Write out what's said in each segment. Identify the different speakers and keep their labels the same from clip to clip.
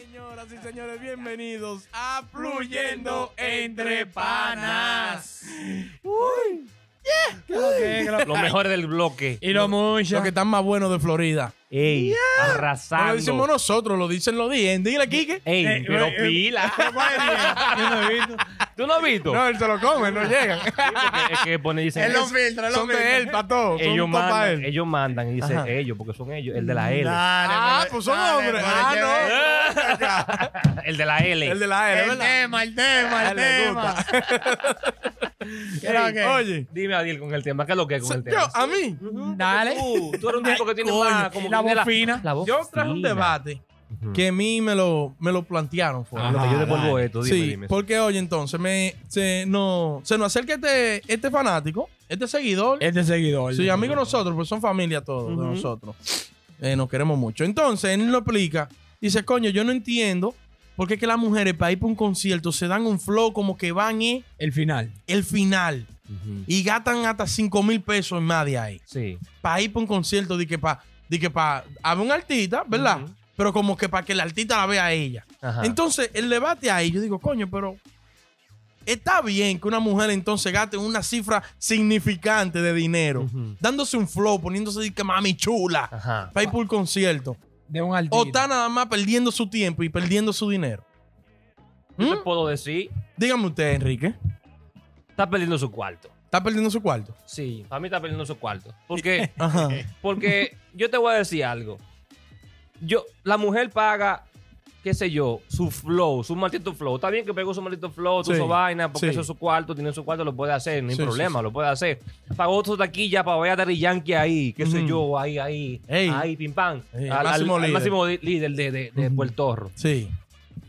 Speaker 1: Señoras y señores, bienvenidos a Fluyendo Entre Panas. Uy.
Speaker 2: ¿Qué es lo que es? ¿Qué es
Speaker 3: Lo mejor del bloque.
Speaker 2: Y lo mucho.
Speaker 1: Lo que están más buenos de Florida.
Speaker 3: Ey,
Speaker 1: No lo
Speaker 3: arrasando.
Speaker 1: decimos nosotros, lo dicen los DJs. Dile, Kike.
Speaker 3: Ey,
Speaker 2: Eh,
Speaker 3: pero
Speaker 2: eh, eh,
Speaker 3: pila.
Speaker 2: Yo no he visto.
Speaker 3: ¿Tú no has visto?
Speaker 1: No, él se lo come, no llegan.
Speaker 3: Porque es que pone, dicen,
Speaker 2: Él lo filtra, él lo
Speaker 1: Son de él,
Speaker 2: filtra.
Speaker 1: para todos. Son
Speaker 3: ellos,
Speaker 1: un top pa'
Speaker 3: mandan,
Speaker 1: él.
Speaker 3: ellos mandan y dicen
Speaker 1: Ajá.
Speaker 3: ellos porque son ellos. El de la L.
Speaker 2: Dale,
Speaker 1: Ah,
Speaker 2: dale,
Speaker 1: pues son
Speaker 2: dale,
Speaker 1: hombres.
Speaker 2: dale,
Speaker 1: Ah,
Speaker 2: dale.
Speaker 3: El de la L.
Speaker 1: El de la L,
Speaker 2: El
Speaker 1: ¿verdad?
Speaker 2: tema, el tema,
Speaker 1: A él
Speaker 2: el
Speaker 1: le
Speaker 2: tema.
Speaker 1: gusta.
Speaker 2: ¿Qué es lo que es?
Speaker 1: Oye,
Speaker 3: Dime, Adiel, con el tema. ¿Qué es lo que es con el
Speaker 1: yo,
Speaker 3: tema?
Speaker 1: a mí,
Speaker 2: Dale.
Speaker 3: Tú, tú eres un tipo que tiene
Speaker 2: Coño,
Speaker 3: más... Como
Speaker 2: la
Speaker 3: que tiene
Speaker 2: voz fina.
Speaker 3: La voz
Speaker 1: yo traje un
Speaker 3: fina.
Speaker 1: debate
Speaker 3: Ujú.
Speaker 1: que a mí me lo, me lo plantearon. Fue.
Speaker 3: Bueno, que yo devuelvo
Speaker 2: dale.
Speaker 3: esto. Dime,
Speaker 1: Sí,
Speaker 3: dime.
Speaker 1: porque oye, entonces me, se, no, se nos acerca este, este fanático, este seguidor.
Speaker 2: Este seguidor.
Speaker 1: Sí, amigos nosotros, pues son familia todos de
Speaker 2: Ujú.
Speaker 1: nosotros. Eh, nos queremos mucho. Entonces, él lo explica. Dice, coño, yo no entiendo por qué es que las mujeres para ir para un concierto se dan un flow como que van eh,
Speaker 2: El final.
Speaker 1: el final
Speaker 3: Ujú.
Speaker 1: y gastan hasta 5 mil pesos en más de ahí.
Speaker 3: Sí.
Speaker 1: Para ir para un concierto, de que para... De que para... Había un artista, ¿verdad?
Speaker 3: Ujú.
Speaker 1: Pero como que para que el artista la vea a ella.
Speaker 3: Ajá.
Speaker 1: Entonces, el debate ahí, yo digo, coño, pero está bien que una mujer entonces gaste una cifra significante de dinero,
Speaker 3: Ujú.
Speaker 1: dándose un flow, poniéndose de que mami chula,
Speaker 3: Ajá.
Speaker 1: para ir por el concierto.
Speaker 2: De un artista.
Speaker 1: O está nada más perdiendo su tiempo y perdiendo su dinero.
Speaker 3: Yo
Speaker 1: ¿Mm?
Speaker 3: te puedo decir,
Speaker 1: Dígame usted, Enrique,
Speaker 3: está perdiendo su cuarto.
Speaker 1: ¿está perdiendo su cuarto?
Speaker 3: Sí, para mí está perdiendo su cuarto. Porque,
Speaker 1: Ajá.
Speaker 3: porque yo te voy a decir algo. Yo, la mujer paga, qué sé yo, su flow, su maldito flow. Está bien que pegó su maldito flow, su
Speaker 1: Sí,
Speaker 3: vaina, porque
Speaker 1: sí.
Speaker 3: eso es su cuarto, tiene su cuarto, lo puede hacer, no hay
Speaker 1: Sí, sí,
Speaker 3: problema, lo puede hacer. Pagó su taquilla para ver a Daddy Yankee ahí, qué sé
Speaker 1: Ujú.
Speaker 3: yo, ahí, ahí,
Speaker 1: Ey.
Speaker 3: ahí, pim pam.
Speaker 1: Ey, máximo líder.
Speaker 3: máximo li- líder de, de, de
Speaker 1: Ujú.
Speaker 3: Puerto Rico.
Speaker 1: Sí.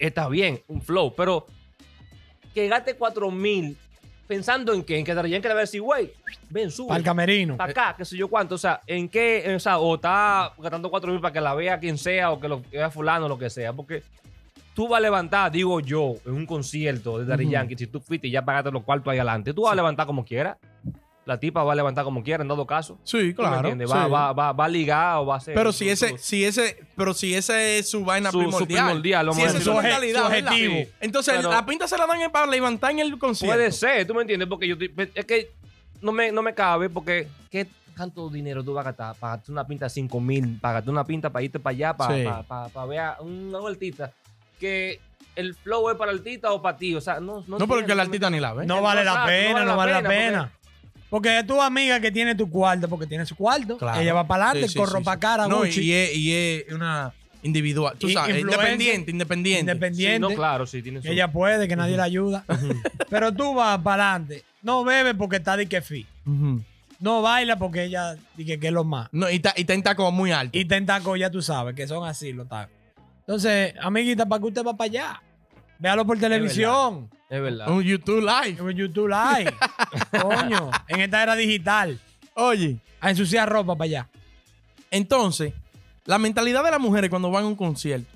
Speaker 3: está bien, un flow, pero que gaste 4 mil pensando en qué, en que Darían que le va a decir, güey, ven, sube.
Speaker 2: Para el camerino.
Speaker 3: pa' acá, qué sé yo cuánto, o sea, en qué, o sea, o está gastando 4 mil para que la vea quien sea o que lo vea fulano, lo que sea, porque tú vas a levantar, digo yo, en un concierto de Dari
Speaker 1: Ujú.
Speaker 3: Yankee, si tú fuiste y ya pagaste los cuartos ahí adelante, tú vas a levantar como quieras, la tipa va a levantar como quiera, en dado caso,
Speaker 1: Sí,
Speaker 3: ¿Tú me
Speaker 1: claro.
Speaker 3: entiendes? Va,
Speaker 1: sí.
Speaker 3: va, va, va a ligar o va a hacer...
Speaker 1: Pero si
Speaker 3: su-
Speaker 1: ese,
Speaker 3: su-
Speaker 1: si ese, pero si esa es su vaina
Speaker 3: Su- su
Speaker 1: primordial.
Speaker 3: primordial, vamos
Speaker 1: si
Speaker 3: a
Speaker 1: esa es su
Speaker 3: decirlo.
Speaker 1: mentalidad,
Speaker 2: Su
Speaker 1: ¿verdad?
Speaker 2: objetivo.
Speaker 1: Sí. Entonces,
Speaker 3: Pero-
Speaker 1: la pinta se la dan en- para levantar en el concierto.
Speaker 3: Puede ser, tú me entiendes, porque yo estoy- pues, es que no me, no me cabe, porque ¿qué tanto dinero tú vas a gastar? Pagaste una pinta de 5 mil, pagaste una pinta para irte para allá, para,
Speaker 1: Sí.
Speaker 3: para, para, para ver a un, a un artista. Que el flow es para el artista o para ti, o sea, no.
Speaker 1: No,
Speaker 3: No,
Speaker 1: pero
Speaker 3: entiendo,
Speaker 1: que el
Speaker 3: me-
Speaker 1: artista ni la ve.
Speaker 2: No vale la
Speaker 3: Exacto,
Speaker 2: pena, Pues, no vale la pena. Porque tu amiga que tiene tu cuarto, porque tiene su cuarto,
Speaker 1: Claro.
Speaker 2: ella va para adelante,
Speaker 1: Sí, sí,
Speaker 2: con
Speaker 1: sí,
Speaker 2: ropa
Speaker 1: sí.
Speaker 2: cara,
Speaker 1: No,
Speaker 2: Gucci,
Speaker 1: y es, y es una individual. Tú
Speaker 2: Y-
Speaker 1: sabes,
Speaker 2: influencer.
Speaker 1: independiente, independiente.
Speaker 3: porque- Sí,
Speaker 2: independiente.
Speaker 3: no, claro, sí, tiene su...
Speaker 2: que ella puede, que nadie la ayuda. Pero tú vas para adelante. No bebes porque está de que fi.
Speaker 1: Ujú.
Speaker 2: No baila porque ella de que, que es lo más.
Speaker 1: No, y está, y está en taco muy alto.
Speaker 2: Y tentacos, ya tú sabes, que son así los tacos. Entonces, amiguita, ¿para qué usted va para allá? Véalo por televisión,
Speaker 3: Es verdad.
Speaker 1: Un YouTube Live.
Speaker 2: en YouTube Live. Coño, en esta era digital.
Speaker 1: Oye,
Speaker 2: A ensuciar ropa para allá.
Speaker 1: entonces, la mentalidad de las mujeres cuando van a un concierto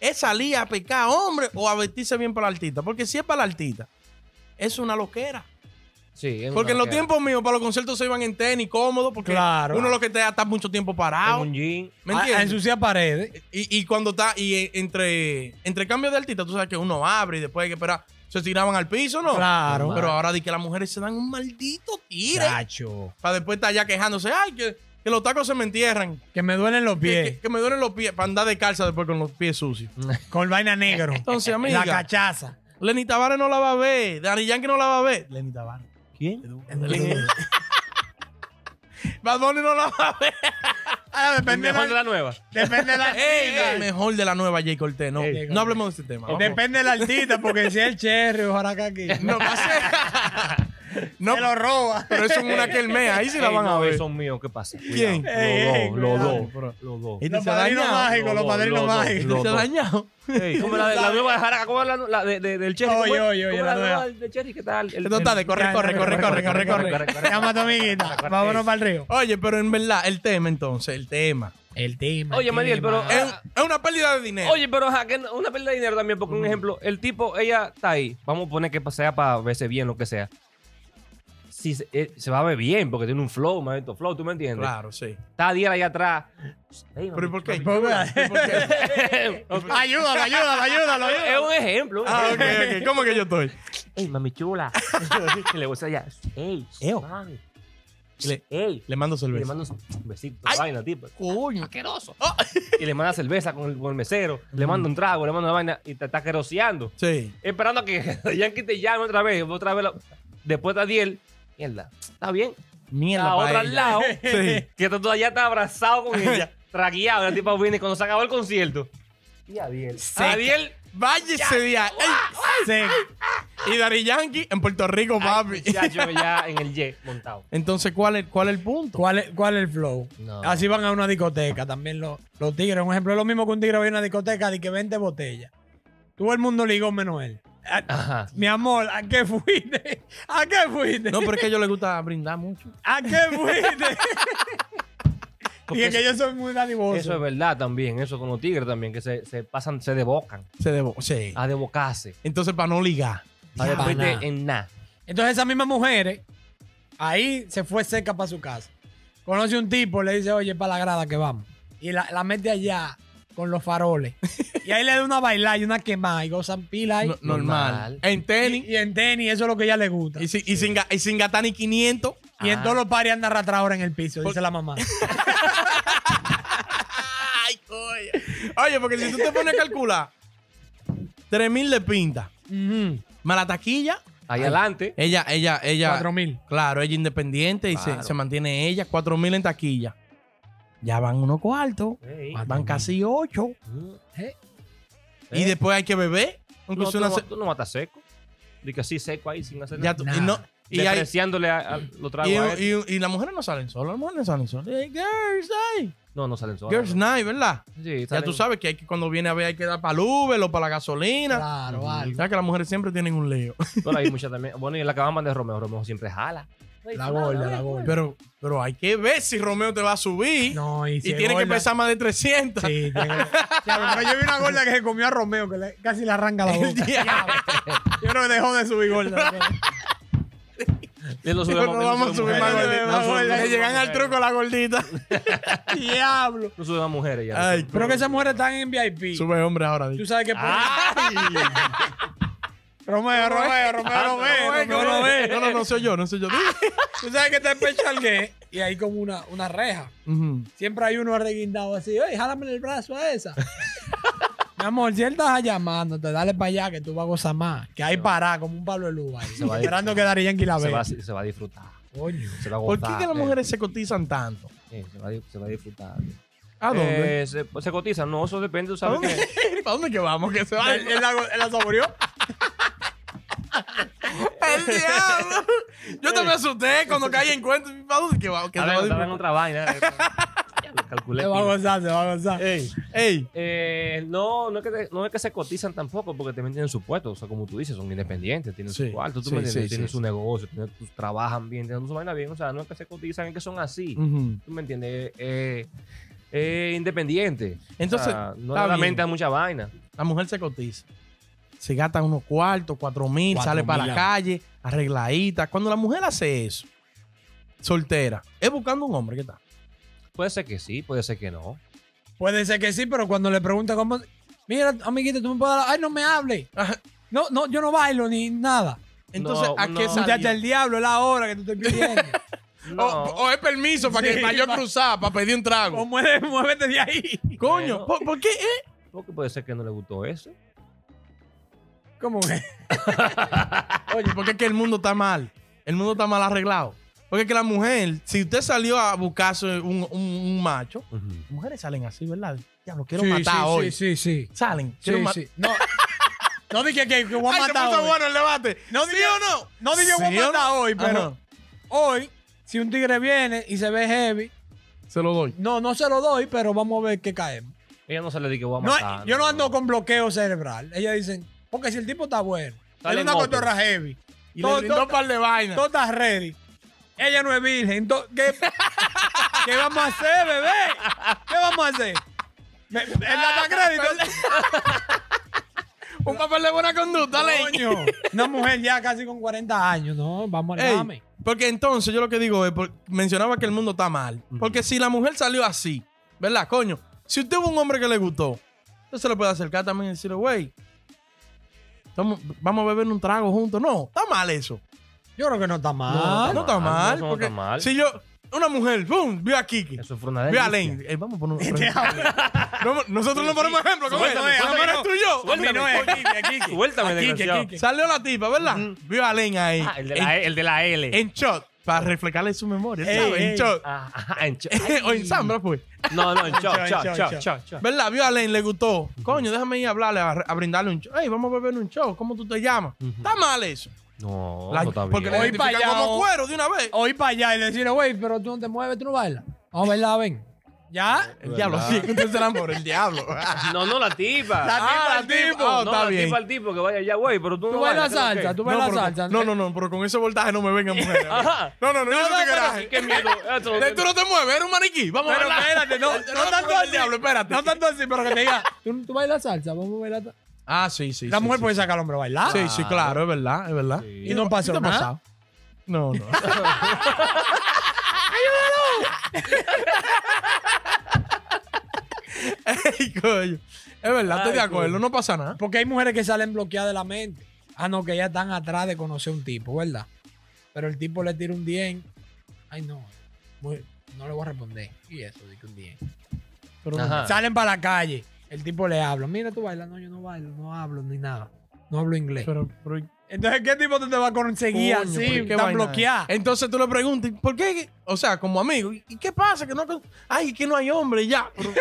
Speaker 1: es salir a pecar hombre o a vestirse bien para la artista. Porque si es para la artista, es una loquera.
Speaker 3: Sí, es
Speaker 1: Porque en
Speaker 3: una
Speaker 1: los
Speaker 3: loquera.
Speaker 1: tiempos míos, para los conciertos se iban en tenis, cómodo, porque
Speaker 2: Claro. Ah,
Speaker 1: uno lo que te está mucho tiempo
Speaker 3: En
Speaker 1: parado.
Speaker 3: un jean.
Speaker 1: ¿Me
Speaker 2: A, a
Speaker 1: entiendes?
Speaker 2: ensuciar paredes.
Speaker 1: Y, y cuando está, y eh, entre, entre cambios de artista, tú sabes que uno abre y después hay que esperar. Se tiraban al piso, ¿no?
Speaker 2: Claro.
Speaker 1: Pero ahora di que las mujeres se dan un maldito tire.
Speaker 2: Chacho,
Speaker 1: Para después estar ya quejándose. Ay, que, que los tacos se me entierran.
Speaker 2: que me duelen los
Speaker 1: Que,
Speaker 2: pies.
Speaker 1: que- que me duelen los pies. Para andar de calza después con los pies sucios.
Speaker 2: Con el vaina negro.
Speaker 1: Entonces, amiga.
Speaker 2: La cachaza.
Speaker 1: Lenny Tavares no la va a ver. Dari Yankee no la va a ver. Lenny Tavares.
Speaker 3: ¿Quién?
Speaker 1: Bad Bunny no la va a ver. Ah,
Speaker 2: Ahora depende
Speaker 3: Mejor de
Speaker 2: del
Speaker 3: la nueva.
Speaker 2: depende del
Speaker 1: Ey,
Speaker 2: artista.
Speaker 1: el mejor de la nueva Jay Cortez. No,
Speaker 3: Ey.
Speaker 1: no hablemos de ese tema. vamos.
Speaker 2: Depende del artista, porque si es el cherry, ojalá que aquí.
Speaker 1: No, va a ser- no,
Speaker 2: Se lo roba.
Speaker 1: pero eso en una quermea. Ahí sí la
Speaker 3: Ey,
Speaker 1: van a
Speaker 3: no,
Speaker 1: ver.
Speaker 3: Son míos, ¿qué pasa?
Speaker 1: ¿Quién?
Speaker 3: Cuidado.
Speaker 2: Ey, ey,
Speaker 3: Los dos,
Speaker 1: cuidado.
Speaker 3: los dos. Los dos.
Speaker 1: Y
Speaker 2: Los
Speaker 1: se ha
Speaker 2: padrinos
Speaker 1: dañado.
Speaker 2: mágicos, los
Speaker 3: Lo-
Speaker 2: padrinos
Speaker 3: lo- lo-
Speaker 2: mágicos.
Speaker 3: lo-
Speaker 1: Se ha
Speaker 3: Loco.
Speaker 1: dañado.
Speaker 3: Ey, ¿Cómo la, la nueva de Jaraca? ¿Cómo es la, la de, de- del Cherry?
Speaker 2: Oye,
Speaker 3: ¿Cómo es?
Speaker 2: oye, oye,
Speaker 3: ¿Cómo
Speaker 2: la
Speaker 3: la
Speaker 2: nueva.
Speaker 3: nueva del del Cherry? ¿Qué tal? El-
Speaker 1: Esto está de
Speaker 3: el-
Speaker 1: corre,
Speaker 2: Ya,
Speaker 1: corre,
Speaker 2: ya,
Speaker 1: corre,
Speaker 2: ya,
Speaker 1: corre,
Speaker 2: ya,
Speaker 1: corre,
Speaker 2: ya,
Speaker 1: corre.
Speaker 3: ya, ya, ya.
Speaker 2: Llama a tu amiguita. Vámonos para el río.
Speaker 1: Oye, pero en verdad, el tema entonces, el tema.
Speaker 2: El tema.
Speaker 3: Oye, Mariel, pero-
Speaker 1: Es, es una pérdida de dinero.
Speaker 3: Oye, pero ajá, que no- una pérdida de dinero también, porque un ejemplo, el tipo, ella está ahí, vamos a poner que sea para verse bien, lo que sea. si se, eh, se va a ver bien, porque tiene un flow, un momento flow, ¿tú me entiendes?
Speaker 1: Claro, sí.
Speaker 3: Está Díaz allá atrás. Ey,
Speaker 1: Pero ¿y por qué? ¿Y
Speaker 3: mami,
Speaker 1: por qué?
Speaker 3: chula.
Speaker 2: Ayúdalo, ayúdalo, ayúdalo.
Speaker 3: es un ejemplo.
Speaker 1: Ah, ok, ok. ¿Cómo que yo estoy?
Speaker 3: Ey, mami chula. Que le voy a allá. Ey,
Speaker 1: Eo.
Speaker 3: mami.
Speaker 1: Le,
Speaker 3: Ey.
Speaker 1: le mando
Speaker 3: Y le
Speaker 1: cerveza.
Speaker 3: manda un besito,
Speaker 1: Ay.
Speaker 3: vaina, tipo.
Speaker 1: Coño.
Speaker 3: Asqueroso. Y le manda cerveza con el, con el mesero. Le manda un trago, le manda una vaina y te está queroseando.
Speaker 1: Sí.
Speaker 3: Esperando a que Yankee te llame otra vez. Otra vez la- después está Diel. Mierda. Está bien.
Speaker 1: Mierda.
Speaker 3: La
Speaker 1: pa'
Speaker 3: otra al
Speaker 1: ella.
Speaker 3: lado.
Speaker 1: Sí.
Speaker 3: Que tú todavía estás abrazado con ella. tragueado. La tipa viene cuando se acabó el concierto. Y a Diel.
Speaker 2: Seca.
Speaker 3: A Diel.
Speaker 1: Váyase de ahí. Y Dari Yankee en Puerto Rico, papi.
Speaker 3: muchacho, ya en el Y montado.
Speaker 1: Entonces, ¿cuál es, ¿cuál es el punto?
Speaker 2: ¿Cuál es, ¿Cuál es el flow?
Speaker 3: No.
Speaker 2: Así van a una discoteca también los, los tigres. Un ejemplo, es lo mismo que un tigre va a una discoteca de que 20 botellas. Todo el mundo ligó menos él. Ah,
Speaker 3: Ajá.
Speaker 2: Mi amor, ¿a qué fuiste? ¿A qué fuiste?
Speaker 1: No, pero es que a ellos les gusta brindar mucho.
Speaker 2: ¿A ¡Ah, qué fuiste?
Speaker 3: Porque
Speaker 2: Dije que
Speaker 3: eso-
Speaker 2: yo soy muy dadivoso.
Speaker 3: Eso es verdad también, eso con los tigres también, que se, se pasan, se debocan,
Speaker 1: Se debo. Sí.
Speaker 3: a debocarse,
Speaker 1: Entonces, para no ligar.
Speaker 3: a
Speaker 2: Ya,
Speaker 3: después
Speaker 2: nada.
Speaker 3: Ah, de en nada.
Speaker 2: Entonces esas mismas mujeres, ahí se fue seca para su casa. Conoce un tipo, le dice, oye, para la grada que vamos. Y la, la mete allá con los faroles. y ahí le da una bailada y una quemada y gozan pila ahí.
Speaker 1: No- normal.
Speaker 3: normal.
Speaker 1: En tenis.
Speaker 2: Y, y en tenis, eso es lo que a ella le gusta.
Speaker 1: Y,
Speaker 2: Y,
Speaker 1: sin, y, sin, ga- y sin gastar ni 500.
Speaker 2: en todos los pares anda arrastrada ahora en el piso, dice la mamá.
Speaker 1: Ay, coño. Oye, porque si tú te pones a calcular, 3000 de pinta.
Speaker 2: Ujú.
Speaker 1: Más la taquilla.
Speaker 3: Ahí adelante,
Speaker 1: Ella, ella, ella.
Speaker 2: Cuatro mil.
Speaker 1: Claro, ella independiente y se-
Speaker 3: Claro.
Speaker 1: se, mantiene ella. 4000 en taquilla. Ya van unos cuartos.
Speaker 3: Ey.
Speaker 1: Van casi ocho.
Speaker 2: Eh,
Speaker 1: Y
Speaker 3: Eh.
Speaker 1: después hay que beber.
Speaker 3: no,
Speaker 1: Incluso
Speaker 3: tú,
Speaker 1: una
Speaker 3: no,
Speaker 1: se-
Speaker 3: tú no matas seco, de que así seco ahí sin hacer
Speaker 1: ya
Speaker 3: nada,
Speaker 1: tú-
Speaker 2: Nah.
Speaker 1: y, no- y, hay-
Speaker 3: despreciándole a, a- lo trago
Speaker 1: y-
Speaker 3: a él.
Speaker 1: y- y las mujeres no salen solas. Las mujeres no salen solas. Eh, girls night.
Speaker 3: No, no salen solos.
Speaker 1: Girls night, ¿verdad?
Speaker 3: Sí,
Speaker 1: Ya
Speaker 3: salen-
Speaker 1: tú sabes que, hay que cuando viene a ver hay que dar para el Uber o para la gasolina.
Speaker 2: Claro,
Speaker 1: Ya
Speaker 2: algo.
Speaker 1: que las mujeres siempre tienen un lío.
Speaker 3: Bueno, hay muchas también. Bueno, y la que van de Romeo, Romeo siempre jala.
Speaker 2: La gorda, la gorda.
Speaker 1: Pero, pero hay que ver si Romeo te va a subir.
Speaker 2: No, y,
Speaker 1: y
Speaker 2: si es
Speaker 1: tiene que
Speaker 2: gorda-
Speaker 1: pesar más de 300.
Speaker 2: Sí, tiene que- Ya, pero yo vi una gorda que se comió a Romeo, que le- casi le arranca la boca.
Speaker 1: Diablo.
Speaker 2: Yo creo que dejó de subir gorda.
Speaker 3: Y lo
Speaker 1: Pero
Speaker 3: subimos-
Speaker 1: no
Speaker 3: y lo
Speaker 1: vamos a subir
Speaker 3: subimos
Speaker 1: más
Speaker 3: mujeres.
Speaker 2: gorditas.
Speaker 1: gorditas.
Speaker 3: No
Speaker 2: Más
Speaker 3: subimos-
Speaker 2: gorditas.
Speaker 3: no
Speaker 1: Le
Speaker 2: gorda.
Speaker 1: llegan al truco la gordita.
Speaker 2: Diablo.
Speaker 3: No subimos mujeres ya.
Speaker 1: Ay,
Speaker 2: Pero que esas mujeres están en VIP.
Speaker 1: Sube hombre ahora.
Speaker 2: Tú
Speaker 1: dice.
Speaker 2: sabes que. por- Romeo, Romeo, Romeo,
Speaker 1: Ah, No,
Speaker 2: Romeo,
Speaker 1: no,
Speaker 2: Romeo,
Speaker 1: no,
Speaker 2: Romeo.
Speaker 1: no, no, no soy yo, no soy yo.
Speaker 2: Tú sabes que está en pecho al gay y hay como una, una reja.
Speaker 1: Ujú.
Speaker 2: Siempre hay uno reguindado así. Oye, jálame el brazo a esa. Mi amor, si él está llamándote, dale para allá que tú vas a gozar más. Que hay pará, como un Pablo de Luba. ahí,
Speaker 3: Se va a ir.
Speaker 2: Esperando que Dari Yankee la
Speaker 3: Se va,
Speaker 2: vea.
Speaker 3: a- se va a disfrutar.
Speaker 2: Coño.
Speaker 3: Se va a
Speaker 1: ¿Por
Speaker 3: gozar.
Speaker 1: qué que las
Speaker 3: eh.
Speaker 1: mujeres se cotizan tanto?
Speaker 3: Eh, se, va a, di- se va a disfrutar.
Speaker 1: ¿A dónde?
Speaker 3: Eh, se, se cotiza, no, eso depende, tú
Speaker 1: ¿Para
Speaker 3: sabes
Speaker 1: dónde,
Speaker 3: que.
Speaker 1: ¿Para dónde que vamos? Que se va
Speaker 2: ¿Él, él la, él la saboreó?
Speaker 1: el diablo. Yo te me asusté cuando caí en cuenta. ¿Para dónde que vamos? Que
Speaker 3: A
Speaker 1: se
Speaker 3: ver,
Speaker 1: va a
Speaker 3: estaba en
Speaker 1: disfrutar?
Speaker 3: otra vaina. Ya lo Calculé.
Speaker 2: Se va a
Speaker 3: pila.
Speaker 2: gozar, se va a gozar.
Speaker 3: Ey,
Speaker 1: Ey,
Speaker 3: eh, no, no es, que te- no es que se cotizan tampoco, porque también tienen su puesto. O sea, como tú dices, son independientes, tienen
Speaker 1: Sí,
Speaker 3: su cuarto, tú
Speaker 1: sí,
Speaker 3: me entiendes,
Speaker 1: sí,
Speaker 3: tienen
Speaker 1: sí,
Speaker 3: su
Speaker 1: sí.
Speaker 3: negocio, tienen- pues, trabajan bien, tienen su vaina bien. O sea, no es que se cotizan, es que son así.
Speaker 1: Ujú.
Speaker 3: ¿Tú me entiendes? Eh, eh, independiente.
Speaker 1: Entonces,
Speaker 3: o sea, no
Speaker 1: está bien.
Speaker 3: le lamenta mucha vaina.
Speaker 1: la mujer se cotiza. Se gasta unos cuartos, cuatro mil,
Speaker 2: Cuatro
Speaker 1: sale para
Speaker 2: mil,
Speaker 1: la
Speaker 2: amor.
Speaker 1: calle, arregladita. Cuando la mujer hace eso, soltera, es buscando un hombre, ¿qué tal?
Speaker 3: Puede ser que sí, puede ser que no.
Speaker 2: Puede ser que sí, pero cuando le pregunta cómo. Mira, amiguito, tú me puedes dar. Ay, no me hable. No, no, yo no bailo ni nada.
Speaker 1: Entonces,
Speaker 3: No,
Speaker 1: ¿a qué
Speaker 3: no.
Speaker 1: salía?
Speaker 2: Muchacha, el diablo es la hora que tú te pidiendo.
Speaker 3: No.
Speaker 1: O, o es permiso para que
Speaker 2: Sí,
Speaker 1: para yo
Speaker 2: pa-
Speaker 1: cruzar, para pedir un
Speaker 2: o
Speaker 1: trago.
Speaker 2: mueve- muévete de ahí.
Speaker 1: Coño,
Speaker 3: Bueno.
Speaker 1: ¿por, por qué? eh?
Speaker 3: Porque puede ser que no le gustó eso.
Speaker 2: ¿Cómo que?
Speaker 1: Oye, porque es que el mundo está mal. El mundo está mal arreglado. Porque es que la mujer, si usted salió a buscarse un, un- un macho, las mujeres salen así, ¿verdad? Ya lo quiero
Speaker 2: Sí,
Speaker 1: matar
Speaker 2: sí,
Speaker 1: hoy.
Speaker 2: Sí, sí, sí.
Speaker 1: Salen.
Speaker 2: Sí,
Speaker 1: Quiero ma-
Speaker 2: sí. No, no dije que, que voy a
Speaker 1: Ay, se
Speaker 2: matar
Speaker 1: puso
Speaker 2: hoy.
Speaker 1: bueno el debate.
Speaker 2: No
Speaker 1: ¿Sí
Speaker 2: dije-
Speaker 1: o no?
Speaker 2: No dije que voy
Speaker 1: ¿Sí o
Speaker 2: a matar hoy,
Speaker 1: Ajá.
Speaker 2: pero hoy, si un tigre viene y se ve heavy,
Speaker 1: Se lo doy.
Speaker 2: no, no se lo doy, pero vamos a ver qué caemos.
Speaker 3: Ella no se le dice que voy a
Speaker 2: No,
Speaker 3: matar.
Speaker 2: yo no ando con bloqueo cerebral. Ellas dicen, porque si el tipo está bueno,
Speaker 3: Dale
Speaker 2: es una
Speaker 3: moto.
Speaker 2: cotorra heavy.
Speaker 1: Y
Speaker 2: Todo-
Speaker 1: le brindó
Speaker 2: todo-
Speaker 1: un par de vainas.
Speaker 2: Todo está ready. Ella no es virgen. to- ¿Qué, ¿Qué vamos a hacer, bebé?
Speaker 1: Ah,
Speaker 2: ¿Qué vamos a hacer? Me- me- El datacrédito.
Speaker 1: Un papel de buena conducta, ley.
Speaker 2: Coño, una mujer ya casi con 40 años, no, vamos al
Speaker 1: Ey,
Speaker 2: mame.
Speaker 1: porque entonces yo lo que digo es, por- mencionaba que el mundo está mal. Porque si la mujer salió así, ¿verdad, coño? Si usted hubo un hombre que le gustó, usted se le puede acercar también y decirle, güey, estamos- vamos a beber un trago juntos. No, está mal eso.
Speaker 2: Yo creo que no está mal.
Speaker 1: No, no está
Speaker 3: mal,
Speaker 1: mal.
Speaker 3: Ah, no, no
Speaker 1: porque
Speaker 3: está mal.
Speaker 1: Si yo, una mujer, ¡pum! Vio a Kiki.
Speaker 3: Eso fue una de
Speaker 1: Vio a Lane. Ey, vamos a poner un
Speaker 2: Te hablo.
Speaker 1: No, Nosotros no ponemos ejemplo. ¿cómo es?
Speaker 2: Suéltame,
Speaker 1: Nada más
Speaker 2: suéltame,
Speaker 1: eres tú y yo.
Speaker 2: A mí no es,
Speaker 3: Suéltame,
Speaker 2: Kiki, a Kiki.
Speaker 3: Suéltame,
Speaker 2: A Kiki, a
Speaker 3: desgraciado.
Speaker 2: Kiki.
Speaker 1: Salió la tipa, ¿verdad? Vio a Lane ahí.
Speaker 3: Ah, el de
Speaker 1: en,
Speaker 3: la, el de la L.
Speaker 1: en shot. Para reflejarle su memoria.
Speaker 2: Ey,
Speaker 1: ¿sabes? En
Speaker 2: ey.
Speaker 1: shot.
Speaker 3: Ah, ajá, en cho-
Speaker 1: o en Sambra, pues.
Speaker 3: No, no, en cho,
Speaker 2: En
Speaker 3: cho,
Speaker 2: cho, en
Speaker 3: cho,
Speaker 2: cho.
Speaker 3: cho, cho.
Speaker 1: ¿Verdad? Vio a Lane, le gustó. Coño, déjame ir a hablarle, a, a brindarle un show. Ey, vamos a beber un show. ¿Cómo tú te llamas? Está mal eso.
Speaker 3: No,
Speaker 1: La-
Speaker 3: no está
Speaker 1: porque
Speaker 3: bien.
Speaker 1: le
Speaker 2: Voy pa'
Speaker 1: identifican
Speaker 2: allá, Oh.
Speaker 1: como
Speaker 2: o-
Speaker 1: cuero de una vez.
Speaker 2: O ir para allá y decirle, güey, pero tú no te mueves, tú no bailas. Vamos a bailar, ven. ¿Ya?
Speaker 1: el diablo, así es que usted se enamora. El diablo.
Speaker 3: No, no, la tipa.
Speaker 2: La tipa
Speaker 3: Ah,
Speaker 2: al tipo.
Speaker 1: Ah,
Speaker 3: no,
Speaker 1: está
Speaker 3: la
Speaker 1: bien.
Speaker 3: tipa al tipo que vaya allá, güey, pero tú no
Speaker 2: Tú bailas
Speaker 3: bailas, ¿qué es
Speaker 2: salsa,
Speaker 3: lo
Speaker 2: tú
Speaker 3: que?
Speaker 1: No,
Speaker 2: bailas
Speaker 1: pero-
Speaker 2: salsa. ¿eh?
Speaker 1: no, no, no, pero con ese voltaje no me vengan mujeres.
Speaker 3: Ajá.
Speaker 1: No, no, no, yo no, te
Speaker 3: pero
Speaker 1: garaje.
Speaker 3: sí, qué miedo. Eso no
Speaker 1: Ey, tú
Speaker 3: tiene-
Speaker 1: no te mueves, eres un maniquí. Vamos
Speaker 2: Pero
Speaker 1: a hablar.
Speaker 2: espérate, no,
Speaker 1: El
Speaker 2: no tanto
Speaker 1: del
Speaker 2: así.
Speaker 1: diablo, espérate.
Speaker 2: No tanto así, pero que te diga, tú, tú bailas salsa, vamos a bailar. ta-
Speaker 1: Ah, sí, sí.
Speaker 2: La
Speaker 1: sí,
Speaker 2: mujer
Speaker 1: sí.
Speaker 2: puede sacar al hombre a bailar.
Speaker 1: Sí, sí, claro, es verdad, es verdad.
Speaker 2: Y no pasó
Speaker 1: ¿Qué te ha
Speaker 2: nada?
Speaker 1: pasado? No, no. Ey, coño. Es verdad, estoy de
Speaker 3: Ay,
Speaker 1: acuerdo,
Speaker 3: coño.
Speaker 1: no pasa nada.
Speaker 2: Porque hay mujeres que salen bloqueadas de la mente. Ah, no, que ya están atrás de conocer un tipo, ¿verdad? Pero el tipo le tira un 10. Ay, no. muy- no le voy a responder. Y eso, dice un 10.
Speaker 1: Pero
Speaker 3: Ajá.
Speaker 2: Salen para la calle. El tipo le habla. Mira, tú bailas. No, yo no bailo, no hablo ni nada. No hablo inglés.
Speaker 1: pero, pero-
Speaker 2: Entonces, ¿qué tipo tú te va a conseguir
Speaker 1: coño,
Speaker 2: así?
Speaker 1: pero qué
Speaker 2: Tan
Speaker 1: vaina.
Speaker 2: bloqueada.
Speaker 1: Entonces tú le preguntas, ¿y ¿por qué? O sea, como amigo, ¿y qué pasa? Que no, ay, que no hay hombre ya. Pero-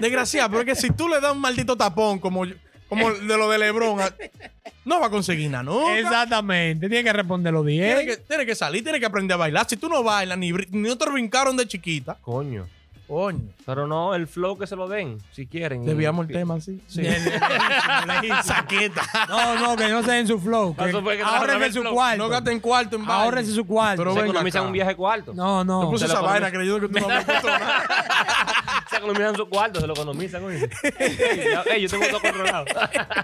Speaker 1: desgraciado, pero es que si tú le das un maldito tapón como, yo- como de lo de Lebron, a- no va a conseguir nada, ¿no?
Speaker 2: Exactamente. Tiene que responder los
Speaker 1: Tiene
Speaker 2: 10.
Speaker 1: que, tiene que salir, tiene que aprender a bailar. Si tú no bailas, ni, bri- ni no te brincaron de chiquita.
Speaker 3: Coño.
Speaker 1: Coño.
Speaker 3: Pero no, el flow que se lo den, si quieren.
Speaker 1: Debíamos el
Speaker 3: Y-
Speaker 1: tema así.
Speaker 3: Sí.
Speaker 1: Saqueta.
Speaker 2: No, no, que no se den su flow. que
Speaker 3: Eso fue que trajeron
Speaker 2: Ahorrense
Speaker 3: el
Speaker 2: su
Speaker 3: flow.
Speaker 1: No
Speaker 2: cuarto.
Speaker 1: gasten cuarto en baile.
Speaker 2: Ahórrese su cuarto.
Speaker 1: Pero
Speaker 3: Se
Speaker 1: venga
Speaker 3: economizan
Speaker 1: acá.
Speaker 3: un viaje cuarto.
Speaker 2: No,
Speaker 1: Yo
Speaker 2: no.
Speaker 1: puse
Speaker 3: Se lo
Speaker 1: esa
Speaker 3: ponemos.
Speaker 1: vaina creyendo que tú no habías puesto nada.
Speaker 3: Se economizan su cuarto, se lo economizan. coño. Ey, yo tengo todo controlado.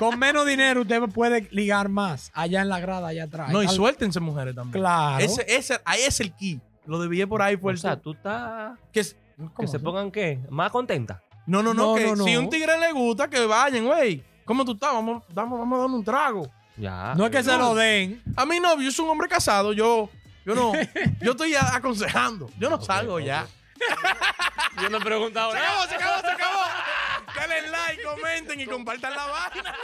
Speaker 2: Con menos dinero usted puede ligar más allá en la grada, allá atrás.
Speaker 1: No, y
Speaker 2: Al-
Speaker 1: suéltense mujeres también.
Speaker 2: Claro.
Speaker 1: Ese, ese, ahí es el key. Lo debía por ahí fue
Speaker 3: O
Speaker 1: el
Speaker 3: sea, tú estás...
Speaker 1: que es-
Speaker 3: Que
Speaker 1: ¿cómo
Speaker 3: se
Speaker 1: así?
Speaker 3: pongan, ¿qué? Más contenta.
Speaker 1: No, no, no,
Speaker 2: No,
Speaker 1: que
Speaker 2: no, no.
Speaker 1: si un tigre le gusta, que vayan, güey. ¿Cómo tú estás? Vamos, vamos, vamos a darle un trago.
Speaker 3: Ya.
Speaker 2: No es que se lo den.
Speaker 1: A mi novio yo soy un hombre casado, yo, yo no, yo estoy a- aconsejando. Yo no salgo
Speaker 3: ok.
Speaker 1: ya.
Speaker 3: Yo no he preguntado
Speaker 1: se acabó, se acabó. Dale like, comenten y compartan la vaina.